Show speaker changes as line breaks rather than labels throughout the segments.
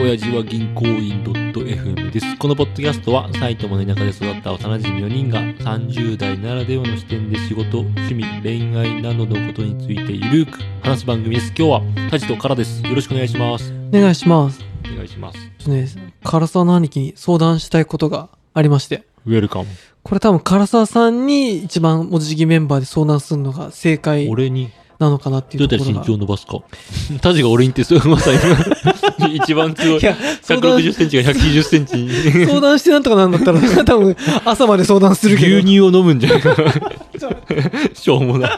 親父は銀行員 .fm です。このポッドキャストは埼玉の田舎で育った幼馴染4人が30代ならではの視点で仕事、趣味、恋愛などのことについてゆるーく話す番組です。今日はタジとカラです。よろしくお願いします。
お願いします。
お願いします。
ちょっとね、唐沢の兄貴に相談したいことがありまして。
ウェルカム。
これ多分唐沢さんに一番おじぎメンバーで相談するのが正解
俺に
なのかなってい
どう
う
や
と
った
こ
ら
ろ
身長
が。
伸ばすか。タジが俺にって、そうまさに一番強い
い。や、相談
160センチが190センチに。
相談 してなんとかなんだったら、多分朝まで相談するけ
牛
ど。
乳を飲むんじゃない か。しょうもな。は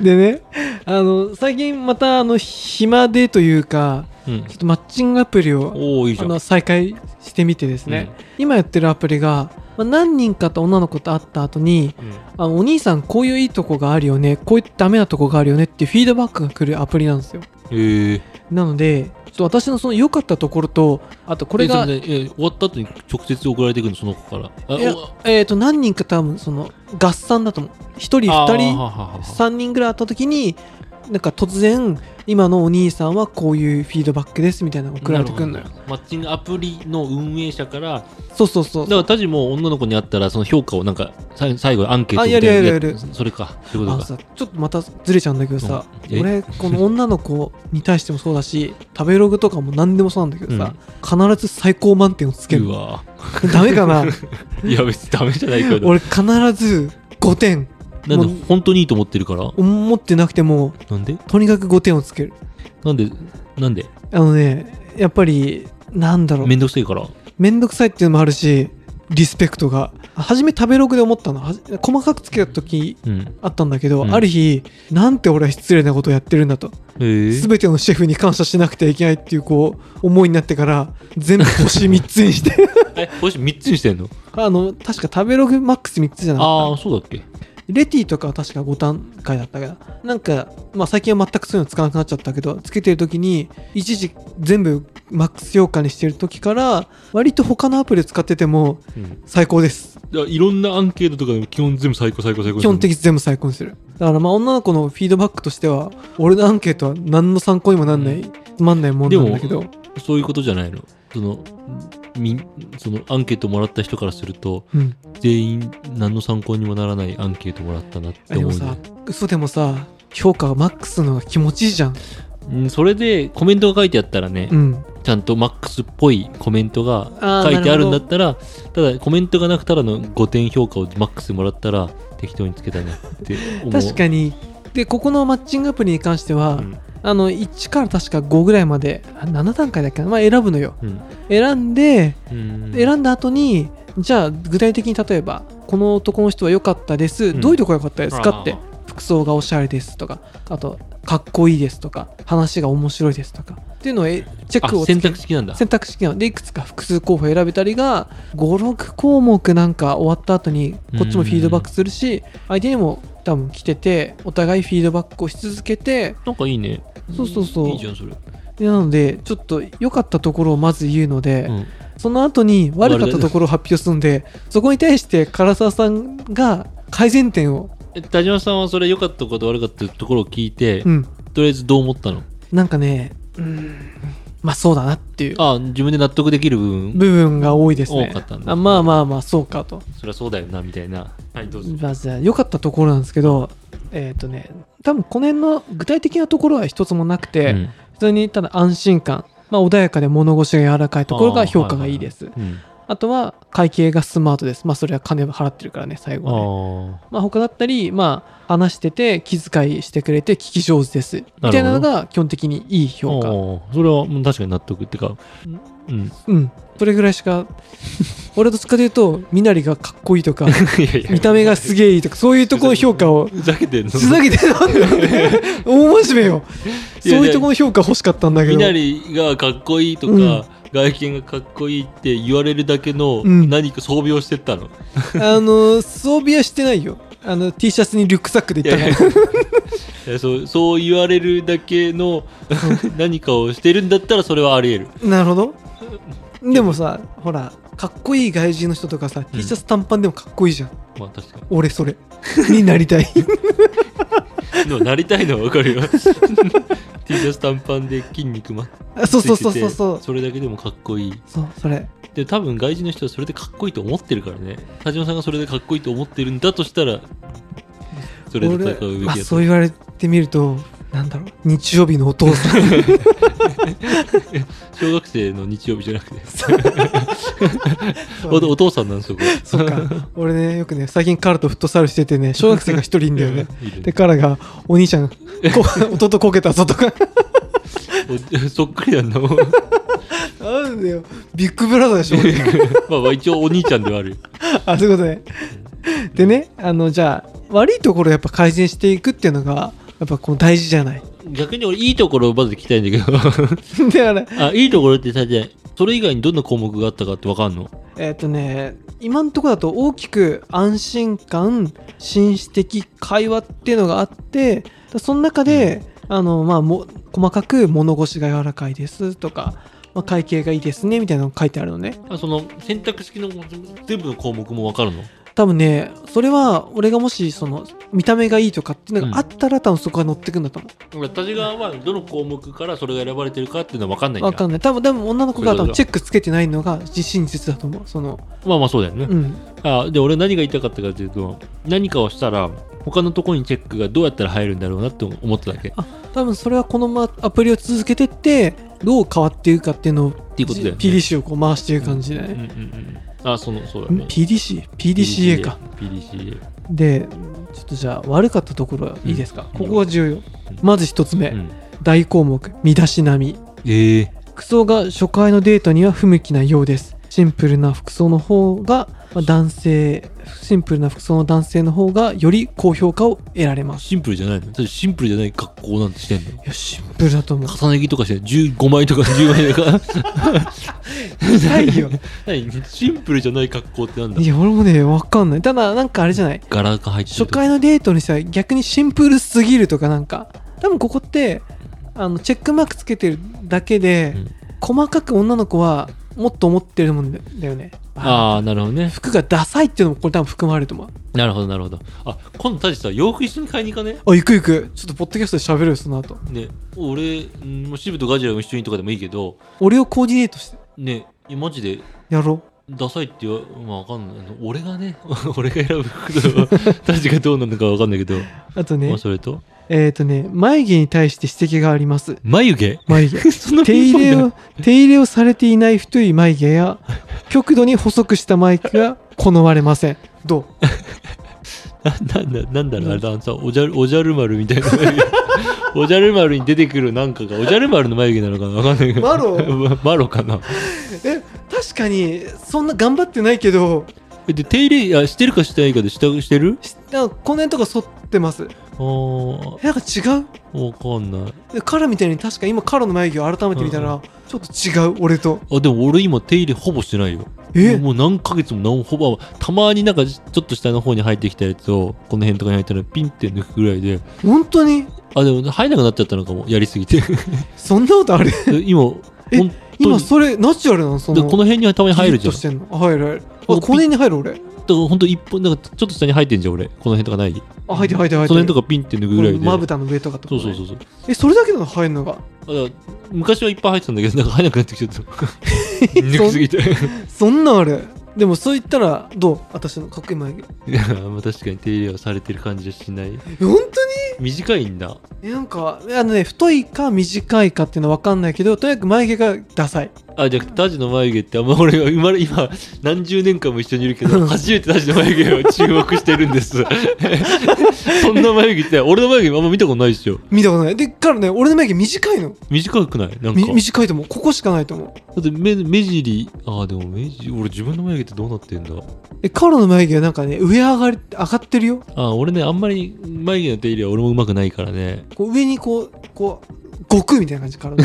い。
でね、あの、最近またあの、暇でというか、
うん
ちょっとマッチングアプリを
おおいいじ
あ
ゃん。
の再開してみてですね、今やってるアプリが、まあ何人かと女の子と会った後に、
うん。うん
あのお兄さんこういういいとこがあるよねこういうダメなとこがあるよねっていうフィードバックが来るアプリなんですよ
ええ
なのでちょっと私のその良かったところとあとこ
こ
れが
え終わった後に直接送られてくるのその子からあ
いや
お
えっ、と何人か多分その合算だと思う1人
あー
2
は
人
ははは
3人ぐらい会った時になんか突然今のお兄さんはこういうフィードバックですみたいなの送られてくるのよ
なほどマッチングアプリの運営者から
そうそうそう
だからタジも女の子に会ったらその評価をなんかさい最後にアンケート
あ
みたい
や
な
るやるやる
やつそれかそういうこ
あ
と
の
か
さちょっとまたずれちゃうんだけどさ、
うんえ
俺この女の子に対してもそうだし食べログとかも何でもそうなんだけどさ、必ず最高満点をつける
うわ
ダメかな
いや別にダメじゃないけど
俺必ず5点
なん
も
で本当にいいと思ってるから
思ってなくても
なんで
とにかく5点をつける
なんでなんで
あのねやっぱりなんだろう
面倒くせえから
めんどくさいっていうのもあるしリスペクトが初め食べログで思ったのはじ細かくつけた時
うん
あったんだけど、
うん
ある日なんて俺は失礼なことをやってるんだと
えー、
全てのシェフに感謝しなくてはいけないっていうこう思いになってから全部星3つにして
え星3つにしてんの
あの確か食べログマックス3つじゃなかった
ああそうだっけ
レティとかは確か5段階だったからなんか、まあ、最近は全くそういうのつかなくなっちゃったけどつけてる時に一時全部マックス評価にしてる時から割と他のアプリを使ってても
うん
最高です
いやいろんなアンケートとかでも基本全部最高最高最高
基本的に全部最高にするだからまあ女の子のフィードバックとしては俺のアンケートは何の参考にもなんない、
う
つまんないもんなんだけど
で、そういうことじゃないのそのみそのアンケートもらった人からすると
うん、
全員何の参考にもならないアンケートもらったなって
で
思
も
う
さ
ね
嘘でもさ評価がマックスの方が気持ちいいじゃん
うんそれでコメントが書いてあったらね、
うん
ちゃんとマックスっぽいコメントが
あー
書いてあるんだ
なるほど
ったらただコメントがなくただの5点評価をマックスもらったら適当につけたなって思う
確かにでここのマッチングアプリに関しては、
うん
あの1から確か5ぐらいまであ7段階だっけな、まあ、選ぶのよ
うん
選んで
うん
選んだ後にじゃあ具体的に例えばこの男の人は良かったです、
ん
どういうとこが良かったですかって
あ
服装がおしゃれですとかあとかっこいいですとか話が面白いですとかっていうのをえチェック
あ
をつけ
選択式なんだ
選択肢がでいくつか複数候補選べたりが56項目なんか終わった後にこっちもフィードバックするし相手にも多分来ててお互いフィードバックをし続けて
なんかいいね
そうそうそう
いいじゃんそれ、
でなのでちょっと良かったところをまず言うので、
うん
その後に悪かったところを発表するのでそこに対して唐沢さんが改善点を、
え田島さんはそれ良かったこと悪かったところを聞いて、
うん、
とりあえずどう思ったの
なんかねうんまあそうだなっていう
あ自分で納得できる部分
部分が多いですね
多かったんだ
あまあまあまあそうかと
そりゃそうだよなみたいなはいどうぞ
まあじゃあ良かったところなんですけどえっ、とね多分この辺の具体的なところは一つもなくて、
うん
普通にただ安心感、まあ、穏やかで物腰が柔らかいところが評価がいいですあ,、
あーはは
とは会計がスマートですまあそれは金払ってるからね最後はね
は
まあ他だったりまあ話してて気遣いしてくれて聞き上手ですみたいなのが基本的に
う
いい
んあ
評価
ーそれはうん確かに納得ってか うん
うんそれぐらいしか 俺どっちかというと身なりがかっこいい とか
いやいや
見た目がすげえいいとかそういうところの評価を
ふざけてんの
ふざけてなんだよ。 大真面目よ。
いや
そういうところの評価欲しかったんだけ
み
ど。
なりがかっこいいとか、
うん
外見がかっこいいって言われるだけの
うん
何か装備をしてったの、
あの、装備はしてないよ。あの、T シャツにリュックサックで
い
行っ
や
た
い
か
やい
ら。
やそうそう言われるだけの 何かをしてるんだったらそれはあり得る
なるほど。でもさ、ほら、かっこいい外人の人とかさ、T シャツ短パンでもかっこいいじゃん。
まあ確かに
俺 それ。になりたい。
でもなりたいのはわかるよ。 T シャツ短パンで筋肉ま
あそうそうそうそうそう
それだけでもかっこいい
そうそれ
で多分外人の人はそれでかっこいいと思ってるからね田島さんがそれでかっこいいと思ってるんだとしたらそれで戦うべ
俺あ
きや
そう
と
言われてみるとなんだろう日曜日のお父さ ん
小学生の日曜日じゃなくて
そう
お お父さんなんそこ
そうか俺ねよくね最近カラとフットサルしててね小学生が一人いんだよね
いるね
でカラがお兄ちゃんこ 弟こけたぞとか
おそっくりなんだもん
なんだよビッグブラザーでしょ俺
まあまあ一応お兄ちゃんではある
あそういうことねでねあのじゃあ悪いところをやっぱ改善していくっていうのがやっぱこう大事じゃない
逆に俺いいところをまず聞きたいんだけど
だから
あいいところってさじゃあそれ以外にどんな項目があったかってわかんの
えっ、とね今のところだと大きく安心感紳士的会話っていうのがあってだその中で、あのまあも細かく物腰が柔らかいですとか、まあ、会計がいいですねみたいなの書いてあるのね
あその選択式の全部の項目もわかるの
多分ねそれは俺がもしその見た目がいいとかっていうのがあったら、多分そこが載ってくんだと思
私がはどの項目からそれが選ばれてるかっていうのはわかんな
う
いん
わ
だ
かんない多分でも女の子が多
そういうこと
分
だ
チェックつけてないのが自信実だと思うその
まあまあそうだよね、
うん
あで俺何が言いたかったかというと何かをしたら他のところにチェックがどうやったら入るんだろうなって思っただけっ
多分それはこのまアプリを続けてってどう変わっていくかっていうのを
ていうことだよね
PDC をこう回していく感じだ
うん
ね、
うんうんあそのそうだ
ん
ね
PDC?PDCA か
PDCA
でちょっとじゃあ悪かったところいいですか、
うん
ここが重要、まず一つ目、
うん
大項目身だしなみ
ええ
服装が初回のデートには不向きなようですシンプルな服装の方がまあ男性シンプルな服装の男性の方がより高評価を得られます
シンプルじゃないのだってシンプルじゃない格好なんてしてんの
いやシンプルだと思う
重ね着とかして15枚とか10枚 とか
ない よ
何シンプルじゃない格好ってなんだ
いや俺もねわかんないただなんかあれじゃない
柄が入ってる
初回のデートにさ逆にシンプルすぎるとかなんか多分ここってあのチェックマークつけてるだけで、
うん
細かく女の子はもっと思ってるもんだよね
ああなるほどね
服がダサいっていうのもこれ多分含まれると思う
なるほどなるほどあ今度たちさ洋服一緒に買いに行かね
あ行く行くちょっとポッドキャストで喋るよその後
ね俺んもう渋とガジラも一緒にとかでもいいけど
俺をコーディネートして
ねいやマジで
やろ
ダサいって言わ、まあ、わかんないあの俺がね 俺が選ぶ服と はたちがどうなのかわかんないけど、
うあと
ま
ね
あ、それと
えっ、とね眉毛に対して指摘があります
眉毛
眉毛
そんな
手
ピン
入
ポン
れ
じゃない
を手入れをされていない太い眉毛や極度に細くした眉毛が好まれませんどう
ななんだなんだろうあれだあのさおじゃるおじゃる丸みたいな おじゃる丸に出てくるなんかがおじゃる丸の眉毛なのかなわかんないけど
マ ロ
まマロかな
え確かにそんな頑張ってないけど
えで手入れあしてるかしてないかで下してる
しなんかこの辺とか剃ってます
あー
えなんか違う
わかんない
でカラみたいに確か今カラの眉毛を改めて見たら、
う
ちょっと違う俺と
あでも俺今手入れほぼしてないよ
え
もう何ヶ月も何ほぼたまになんかちょっと下の方に入ってきたやつをこの辺とかに入ったらピンって抜くぐらいで
本当に
あでも入らなくなっちゃったのかもやりすぎて
そんなことある
今本
え
当に
今それナチュラルなのそ
で
の
この辺にはたまに入るじゃん
キリッとし
だか
てんのあ入る入るあこ
こ
の
の
辺に入る俺
らほんと一本なんかちょっと下に入ってんじゃん俺この辺とかない
あ入って入って入って
その辺とかピンって抜くぐらいで
まぶたの上とかってこ
そう
と
そう
ね
そうそう
えそれだけなの入るのが
あだから昔はいっぱい入ってたんだけどなんか入らなくなってきちゃった 抜きすぎて
そんなんあるでもそう言ったらどう私のかっこいい眉毛
いやまあ確かに手入れはされてる感じはしない
え本当に
短いんだ
えなんかあのね太いか短いかっていうのは分かんないけどとにかく眉毛がダサい
あ、じゃあ、タジの眉毛って、あんま俺が生まれ、今、何十年間も一緒にいるけ
うん
ど、初めてタジの眉毛を注目してるんです。 そんな眉毛って、俺の眉毛あんま見たことないですよ。
見たことないでからね俺の眉毛短いの
短くないなんか。
み
だ
短いと思うここしかないと思う
って目、目尻、あ、でも目尻、俺自分の眉毛ってどうなってんだ
えカロの眉毛はなんかね上上がり上がってるよ
あ、俺ね、あんまり眉毛の手入れは俺もうまくないからね。
こう上にこうこう悟空みたいな感じカロの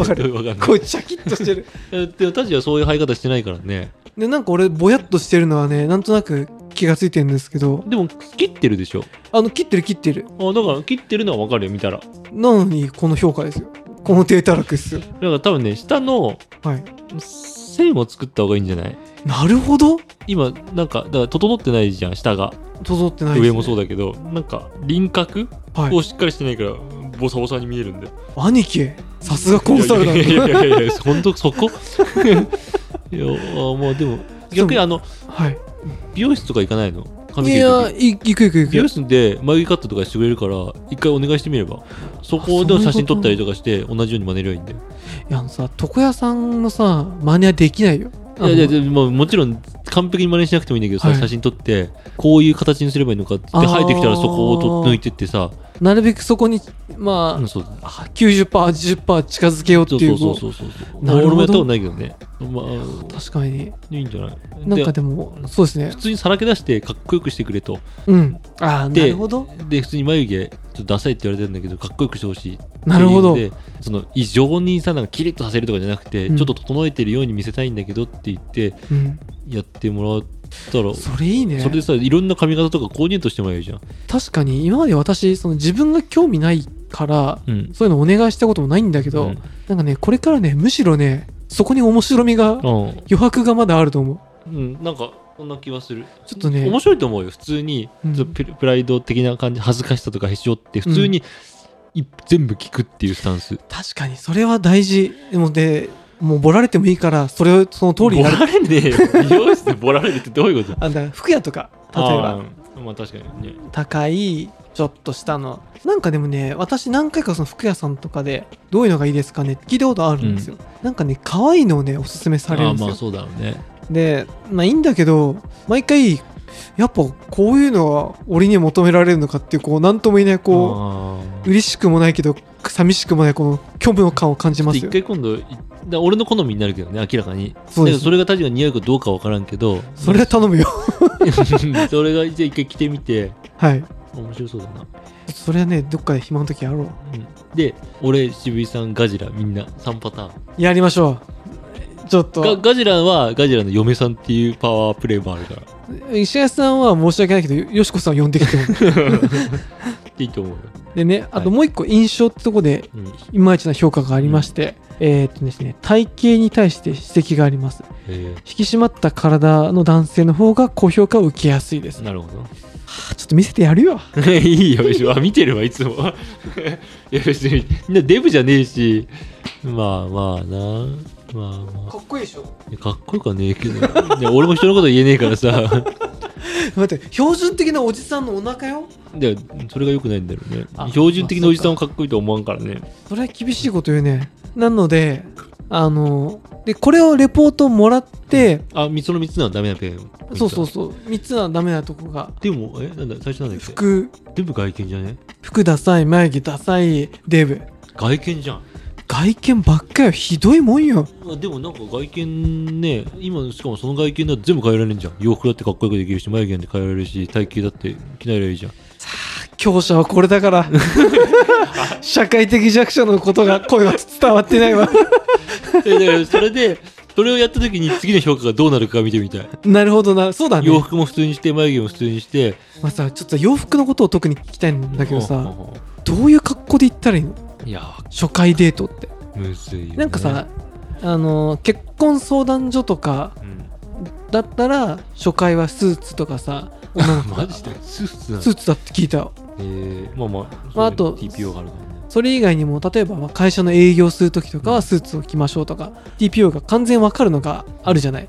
わかる
わかんない
こうシャキッとしてる
え。でもタジはそういう生え方してないからね。
でなんか俺ぼやっとしてるのはねなんとなく気がついてるんですけど
でも、切ってるでしょ。
あの切ってる切ってる
あ、だから、切ってるのはわかるよ、見たら。
なのにこの評価ですよこの低たらくっすよ
だから多分ね、下の
はい
線を作った方がいいんじゃない
なるほど
今なんかだから整ってないじゃん下が
整ってないですね
上もそうだけど、なんか輪郭
はい
こうしっかりしてないからボサボサに見えるんで
兄貴さすがコンサルだ
いやいやいやいやいや本当そ こいやあまあでも逆にあの
はい
美容室とか行かないの
い
髪切る
や
時
い行く行く行く
美容室で眉毛カットとかしてくれるから一回お願いしてみればそこでも写真撮ったりとかして同じように真似ればいいんで
いやあのさ床屋さんのさ真似はできないよ
いやいやでももちろん完璧に真似しなくてもいいんだけどさ、
はい
写真撮ってこういう形にすればいいのかって
あー
生えてきたらそこをと抜いてってさ、
あのなるべくそこにまあ、
うんそうだ
あ 90%80% 近づけようっ
そう
てい
そううそう
こ
そうそうそう
なる
俺
ほど
もやったことないけどねまあ
う確かに
いいんじゃない
なん
で
かでもそうですね
普通にさらけ出してかっこよくしてくれと
うんああ
で
なるほど
で普通に眉毛ちょっとダサいって言われてるんだけどかっこよくしてほしいっていう
なるほど
のでその異常にさなんかキリッとさせるとかじゃなくて、
うん
ちょっと整えてるように見せたいんだけどって言って
うん
やってもらったらそ
それいいね
れでさいろんな髪型とかコーディネートしてもらえるじゃん、
確かに今まで私その自分が興味ないから
うん、
そういうのお願いしたこともないんだけど、
うん
なんかねこれからねむしろねそこに面白みが
うん
余白がまだあると思
う
う
ん、なんかそんな気はする
ちょっとね
面白いと思うよ普通に、
うん
ちょっとププライド的な感じ恥ずかしさとかへし折って普通に、い全部聞くっていうスタンス
確かにそれは大事でもでもうボラれてもいいからそれをその通りに
ボ
なる
ラれねえよ 美容室でボラれるってどういうこと
あだから服屋とか例えば
あーまあ確かにね
高いちょっとしたのなんかでもね私何回かその服屋さんとかでどういうのがいいですかねって聞いたことあるんですよ、なんかね可愛いのをねおすすめされるんです
あー
よ
まあそうだろうね
でまあいいんだけど毎回やっぱこういうのは俺に求められるのかっていうこう何とも言えないこ
こ
う嬉しくもないけど寂しくもないこの虚無の感を感じます
一
よ
回今度いだ俺の好みになるけどね明らかに
そう
だけ
です
どそれが確かに似合うかどうかわからんけど
それは頼む よ
それがじゃあ一回着てみて
はい
面白そうだな、
それはねどっかで暇の時やろう
うんで俺渋井さんガジラみんな3パターン
やりましょうちょっ
ガ
と
ガジラはガジラの嫁さんっていうパワープレイもある からっ
石橋さんは申し訳ないけどよよしこさんを呼んできても
ていいと思うよ、
でねあ
は
ともう一個印象ってとこで
うん、
いまいちな評価がありまして、えーっとですね体型に対して指摘があります
え
引き締まった体の男性の方が高評価を受けやすいです
ー、なるほ
あちょっと見せてやるよ
ど いいよ別にあ見てるわいつも いや別にみんなデブじゃねえしまあまあなまあま
っこいいでしょ
あかっこよくはねえけどいや俺も人のこと言えねえからさ
待って標準的なおじさんのお腹よ
でそれがよくないんだろうね
あ
標準的なおじさんをかっこいいと思わんからね
それは厳しいこと言うねなのであのでこれをレポートもらって、
あみその3つならダメなペン
そうそうそう3つはダメなとこが
でもえなんだ最初なんだっけ
服
全部外見じゃね
服ダサい眉毛ダサいデブ
外見じゃん
外見ばっかよひどいもんよ
あでもなんか外見ね今しかもその外見だと全部変えられるんじゃん洋服だってかっこよくできるし眉毛だって変えられるし体型だって着ないらいいじゃん
強者はこれだから 社会的弱者のことが声が伝わってないわ
えだから それでそれをやった時に次の評価がどうなるか見てみたい
なるほどなそうだ
洋
ね、
服も普通にして眉毛も普通にして
まあ、さちょっと洋服のことを特に聞きたいんだけど
うん
さ
うんう
どういう格好で行ったらいいの
んいや
初回デートって
ーむずいよ、ね、
なんかさ、あの結婚相談所とか
うん、
だったら初回はスーツとかさ女の子
マジでスーツなの
スーツだって聞いたよ
えー、まあまあ、
まああと
そういう TPO があるからね
それ以外にも例えばまあ会社の営業する時とかはスーツを着ましょうとか、TPO が完全わかるのがあるじゃない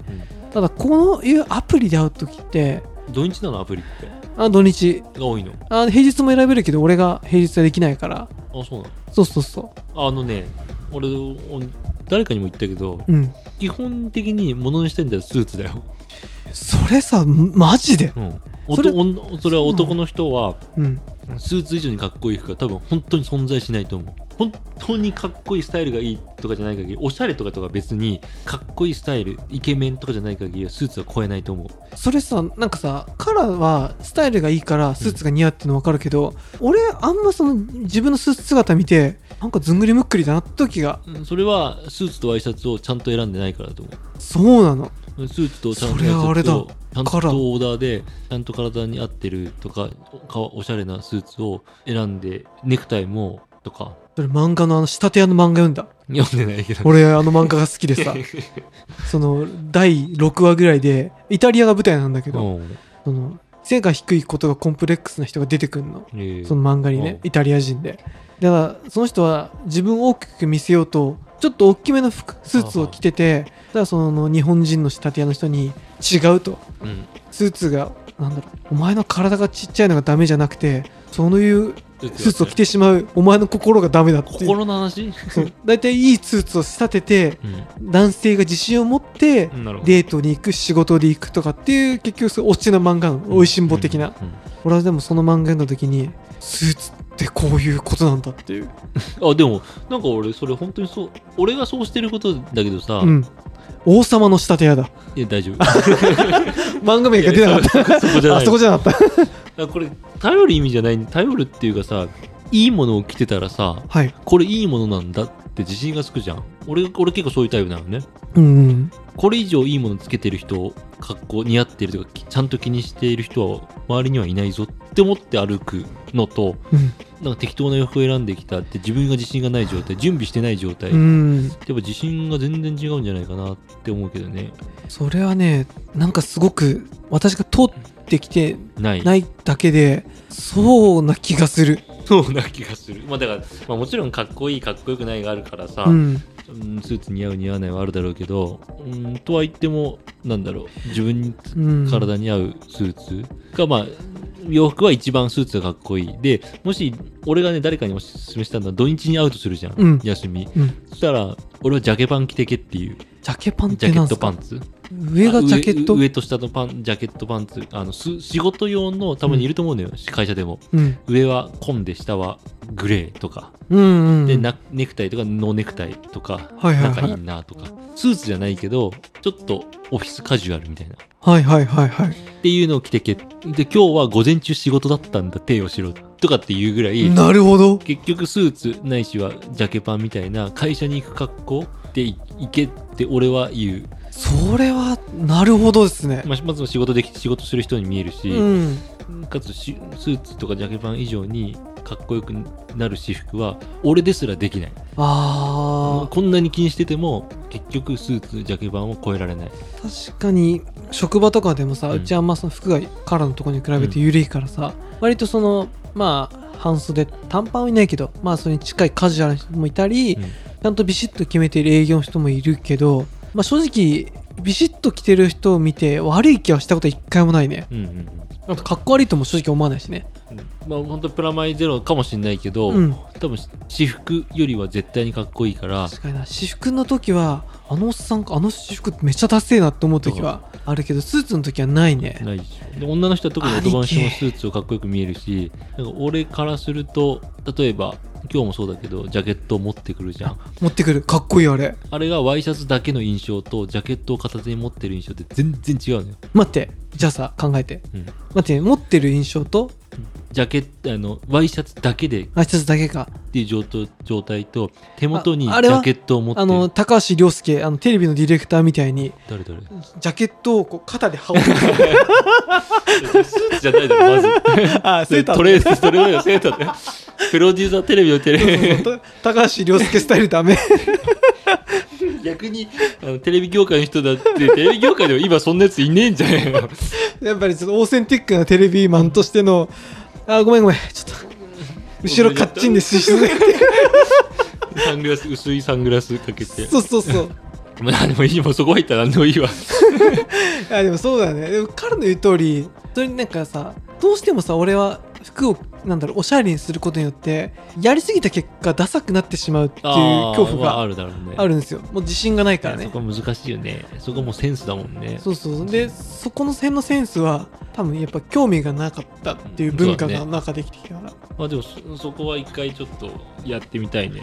ただこういうアプリで会う時って
うん土日なのアプリって
あ土日
が多いの
あ平日も選べるけど俺が平日はできないか
あ
ら
そうな
そうそうそ
のあのね俺お誰かにも言ったけど
ううん
基本的にものにしてんだよスーツだよ、
それさマジで
うん、
それ
おとおんそれは男の人は
うん
スーツ以上にかっこいい服が多分本当に存在しないと思う本当にかっこいいスタイルがいいとかじゃない限りおしゃれとかとか別にかっこいいスタイルイケメンとかじゃない限りはスーツは超えないと思う
それさなんかさカラーはスタイルがいいからスーツが似合うっての分かるけど、俺あんまその自分のスーツ姿見てなんかずんぐりむっくりだなって時が
うんそれはスーツとワイシャツをちゃんと選んでないからだと思う
そうなの
スーツとちゃんと
それはあれだ
ちゃんと
カラー
オーダーでちゃんと体に合ってるとかかおしゃれなスーツを選んでネクタイもとか
それ漫画のあの仕立て屋の漫画読ん だ
読んでないけど
俺あの漫画が好きで さその第6話ぐらいでイタリアが舞台なんだけど、
うん
その背が低いことがコンプレックスな人が出てくるの。
ええ
その漫画にね、
う
イタリア人で。だから、その人は自分を大きく見せようと、ちょっと大きめの服スーツを着てて、ただその日本人の仕立て屋の人に違うと。
うん
スーツが、なんだろう、お前の体がちっちゃいのがダメじゃなくて、そういうスーツを着てしまうお前の心がダメだっていう。
心の話
そう大体いいスーツを仕立てて、男性が自信を持って、
うんなるほど
デートに行く、仕事で行くとかっていう、結局そういうオチの漫画なの。おいしんぼ的な。
うんうん
俺はでもその漫画読んだ時にスーツってこういうことなんだっていう、
あでもなんか俺それ本当にそう俺がそうしてることだけどさ、
うん、王様の仕立て屋だ
いや大丈夫
漫画名が出なかった
いやそこじゃな
あ
い
そこじゃなかった
あこれ頼る意味じゃない頼るっていうかさいいものを着てたらさ
はい
これいいものなんだって自信がつくじゃん俺俺結構そういうタイプなのね
うんうん
これ以上いいものつけてる人格好似合ってるとかきちゃんと気にしている人は周りにはいないぞって思って歩くのと
うん
なんか適当な洋服を選んできたって自分が自信がない状態準備してない状態、
う
やっ
ん
ぱ自信が全然違うんじゃないかなって思うけどね
それはねなんかすごく私が通ってきて
ない
ないだけでそうな気がする
そうな気がするまあだから、まあ、もちろんかっこいいかっこよくないがあるからさ、
うん
うんスーツ似合う似合わないはあるだろうけど、うん、とは言ってもなんだろう自分に
うん
体に合うスーツが、まあ洋服は一番スーツがかっこいいでもし俺がね誰かにおすすめしたのは土日に会うとするじゃん、
うん
休み
うん
そしたら俺はジャケパン着てけっていう
ジャケパンっ
ジ
て
ャケ
なん
ット
ですか
パンツ
上がジャケット
あ上上と下のパンジャケットパンツあのす仕事用のたまにいると思うのよ、会社でも
うん
上は紺で下はグレーとか
うんうん
でなネクタイとかノーネクタイとか、
はいはいはい
なんかインナーとかスーツじゃないけどちょっとオフィスカジュアルみたいなっ
はいはいはいはい
ていうのを着てけで今日は午前中仕事だったんだ手をしろとかっていうぐらい
なるほど
結局スーツないしはジャケパンみたいな会社に行く格好でい行けって俺は言う、
それはなるほどですね
まあ、まずは仕事でき仕事する人に見えるし、
うん
かつしスーツとかジャケパン以上にかっこよくなる私服は俺ですらできない
あ
こんなに気にしてても結局スーツジャケパンを超えられない
ー確かに職場とかでもさ、
う
うんちあんまその服がカラーのとこに比べて緩いからさ、割とそのまあ半袖短パンはいないけどまあそれに近いカジュアルな人もいたり、
うん
ちゃんとビシッと決めている営業の人もいるけど、まあ、正直ビシッと着てる人を見て悪い気はしたことは一回もないね
うんうん
あとかっこ悪いとも正直思わないしね
うんまあ本当プラマイゼロかもしれないけど、
うん
多分私服よりは絶対にかっこいいから
確かにな私服の時はあのおっさんかあの私服めっちゃダセえなって思う時はあるけどスーツの時はないね
ないでしょで女の人は特に男の人もスーツをかっこよく見えるしなんか俺からすると例えば今日もそうだけどジャケットを持ってくるじゃ ん
持ってくるかっこいいあれ
あれがワイシャツだけの印象とジャケットを片手に持ってる印象って全然違うのよ、
待ってじゃあさ考えて
うん
待って持ってる印象と
ジャケットあのワイシャツだけで
あいつだけか
っていう状態状態と手元にジ
ああれは
ャケットを持って
あ
る
の高橋涼介あのテレビのディレクターみたいに
誰誰
ジャケットをこう肩で羽 織って
スーツじゃないだろまず
あ セーター
トレースそれはよセーターだよプロデューサーテレビのテレビ
そうそう高橋涼介スタイルダメ
逆にあのテレビ業界の人だってテレビ業界では今そんなやついねえんじゃねえの
やっぱりちょっとオーセンティックなテレビマンとしてのあごめんごめんちょっと後ろカッチン で沈んで
サングラス薄いサングラスかけて
そうそうそう
まあでもいいもうそこ入ったら何でもいいわ
あでもそうだねでも彼の言う通りそれになんかさどうしてもさ俺は服をなんだろうおしゃれにすることによってやりすぎた結果ダサくなってしまうっていう
あー
恐怖
まあ、あ
が
るだろうね
あるんですよもう自信がないから
そ
ね
こ難しいよねそこもうセンスだもんね
そうそうでそこの辺のセンスは多分やっぱ興味がなかったっていう文化
うんそうだ
が
ね
中できてきたから、
まあでもそそこは一回ちょっとやってみたいね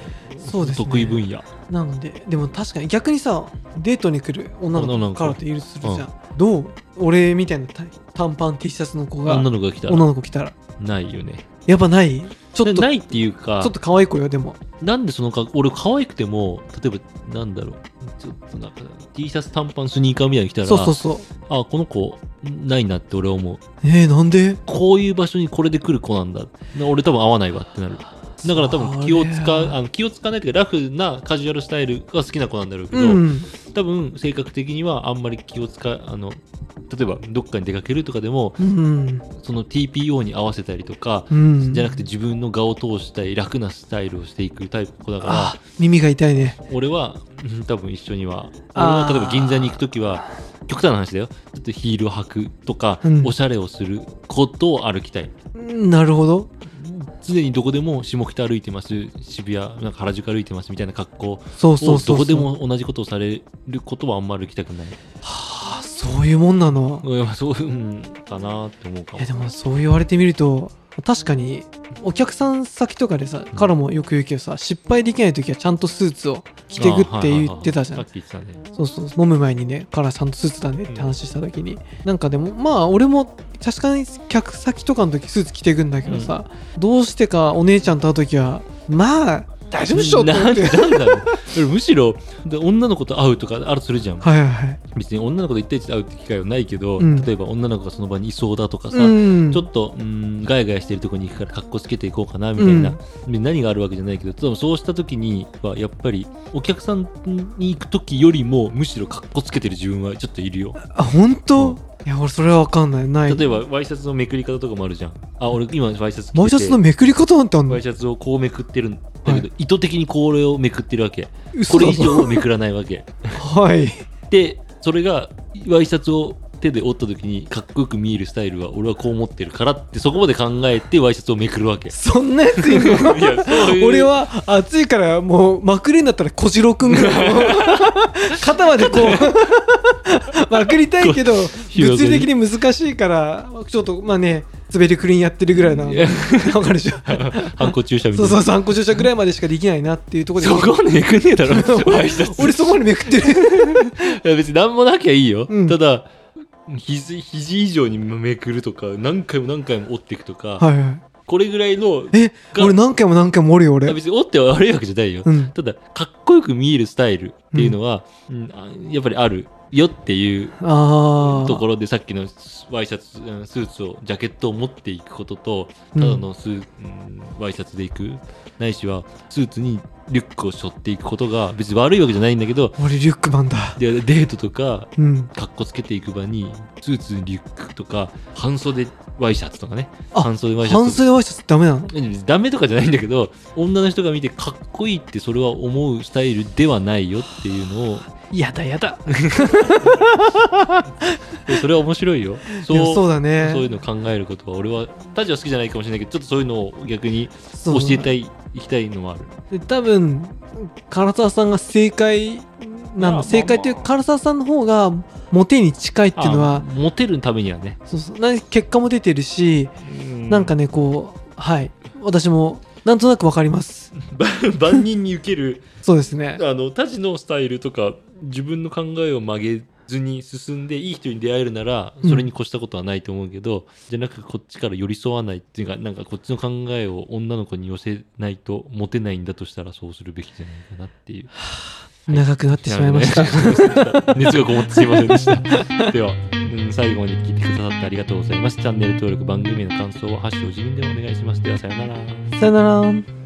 そうですね
得意分野
なのででも確かに逆にさデートに来る女
女
の
の
子
子
からといるとするじゃん、どう俺みたいな短短パン T シャツの子が
女
女
の子が来たら
の子来たら
ないよね
やっぱないちょっと
で
ちょ
ないっていうか
っと可愛い子よでも
なんでそのか俺可愛くても例えばなんだろうちょっとなんか T シャツ短パンスニーカーみたいに来たら
そうそうそう
あこの子ないなって俺は思う
えー、なんで
こういう場所にこれで来る子なんだな俺多分合わないわってなるだから多分気を
そ
使
れ
うあの気を使わないというかラフなカジュアルスタイルが好きな子なんだろうけど、
うん
多分性格的にはあんまり気を使うあの例えばどっかに出かけるとかでも
うん
その TPO に合わせたりとか、
うん
じゃなくて自分の顔を通したい楽なスタイルをしていくタイプの子だから
あ耳が痛いね
俺はうん多分一緒には俺
あ
は
ー
例えば銀座に行く時は極端な話だよちょっとヒールを履くとか、
うん
おしゃれをすることを歩きたい
うんなるほど
常にどこでも下北歩いてます渋谷なんか原宿歩いてますみたいな格好
そうそ
を
う
ど
そうそ
こ
う
でも同じことをされることはあんまり歩きたくない
はあそういうもんなの
うんそううんかなって思うか
い
も
やでもそう言われてみると確かにお客さん先とかでさ、からもよく言うけどさ失敗できない時はちゃんとスーツを着てくって言ってたじゃん、
あーはいはいはいさっき言ってたね
そうそう飲む前にねからちゃんとスーツだねって話した時に、なんかでもまあ俺も確かに客先とかの時スーツ着てくんだけどさ、どうしてかお姉ちゃんと会う時はまあ大丈夫っしょって思
な
っ
ん
て
なんだろう 俺むしろで女の子と会うとかあるとするじゃん
はいはいはい
別に女の子と一対一で会うって機会はないけど、
うん
例えば女の子がその場にいそうだとかさ、
うん
ちょっとうんガヤガヤしてるとこに行くから格好つけていこうかなみたいな、で何があるわけじゃないけどでもそうした時にはやっぱりお客さんに行く時よりもむしろ格好つけてる自分はちょっといるよ
あ本当、
うん
いや俺それは分かんないない
例えばワイシャツのめくり方とかもあるじゃんあ俺今ワイシャツ着てて
ワイシャツのめくり方なんてあんの
ワイシャツをこうめくってるんだけど、
はい
意図的にこれをめくってるわけこ
嘘
れ
だ
以
ぞ
上はめくらないわけ
はい
でそれがワイシャツを手で折った時にかっこよく見えるスタイルは俺はこう思ってるからってそこまで考えてワイシャツをめくるわけ
そんなや ついるの
いやそういう
俺は暑いからもうまくれんだったら小次郎くんぐらいの肩までこう まくりたいけど物理的に難しいからちょっとまあね滑りクリーンやってるぐらいなわ
いや
かるでしょ
反抗注射みた
そ
いうな
そう参考注射ぐらいまでしかできないなっていうところで
そこまでめくんねえだろワイシャツ
俺そこまでめくっ てる
いや別に何もなきゃいいよ、
うん
ただ肘肘以上にめくるとか何回も何回も折っていくとか、
はいはい
これぐらいの
え
が
俺何回も何回もおるよ俺
別に折っては悪いわけじゃないよ、
うん
ただかっこよく見えるスタイルっていうのは、うんあやっぱりあるよっていう
ああ
ところでさっきのワイシャツうんスーツをジャケットを持っていくことと
う
た
ん
だのスー、うんワイシャツで行くないしはスーツにリュックを背負っていくことが別に悪いわけじゃないんだけど
俺リュックマンだ
でデートとか
うん
かっこつけていく場にスーツにリュックとか半袖ワイシャツとかね
あ
半袖ワイシャツ
半袖ワイシャツダメなの
ダメとかじゃないんだけど女の人が見てかっこいいってそれは思うスタイルではないよっていうのを
やだや だ
でそれは面白いよ
そう
そう
そうだね
そういうのを考えることは俺はタジは好きじゃないかもしれないけどちょっとそういうのを逆に
そ
教
う
えたい行きたいのはある
で多分唐沢さんが正解
まあ
な
ま
の
あ
正解というか唐沢さんの方がモテに近いっていうの
あ
は
モテるためにはね
そうそうな結果も出てるし、なんか
ね
ねこうはい私もなんとなくわかります
万人に受ける
そうですね
あのタジのスタイルとか自分の考えを曲げずに進んでいい人に出会えるなら
うん
それに越したことはないと思うけど、じゃなくこっちから寄り添わないっていうかなんかこっちの考えを女の子に寄せないとモテないんだとしたらそうするべきじゃないかなっていう
長くなってしまいました
なるほどね 熱がこもってすいませんでした。では、うん最後まで聞いてくださってありがとうございます。チャンネル登録、番組への感想は、ハッシュを自分でお願いします。では、さようなら。
さよなら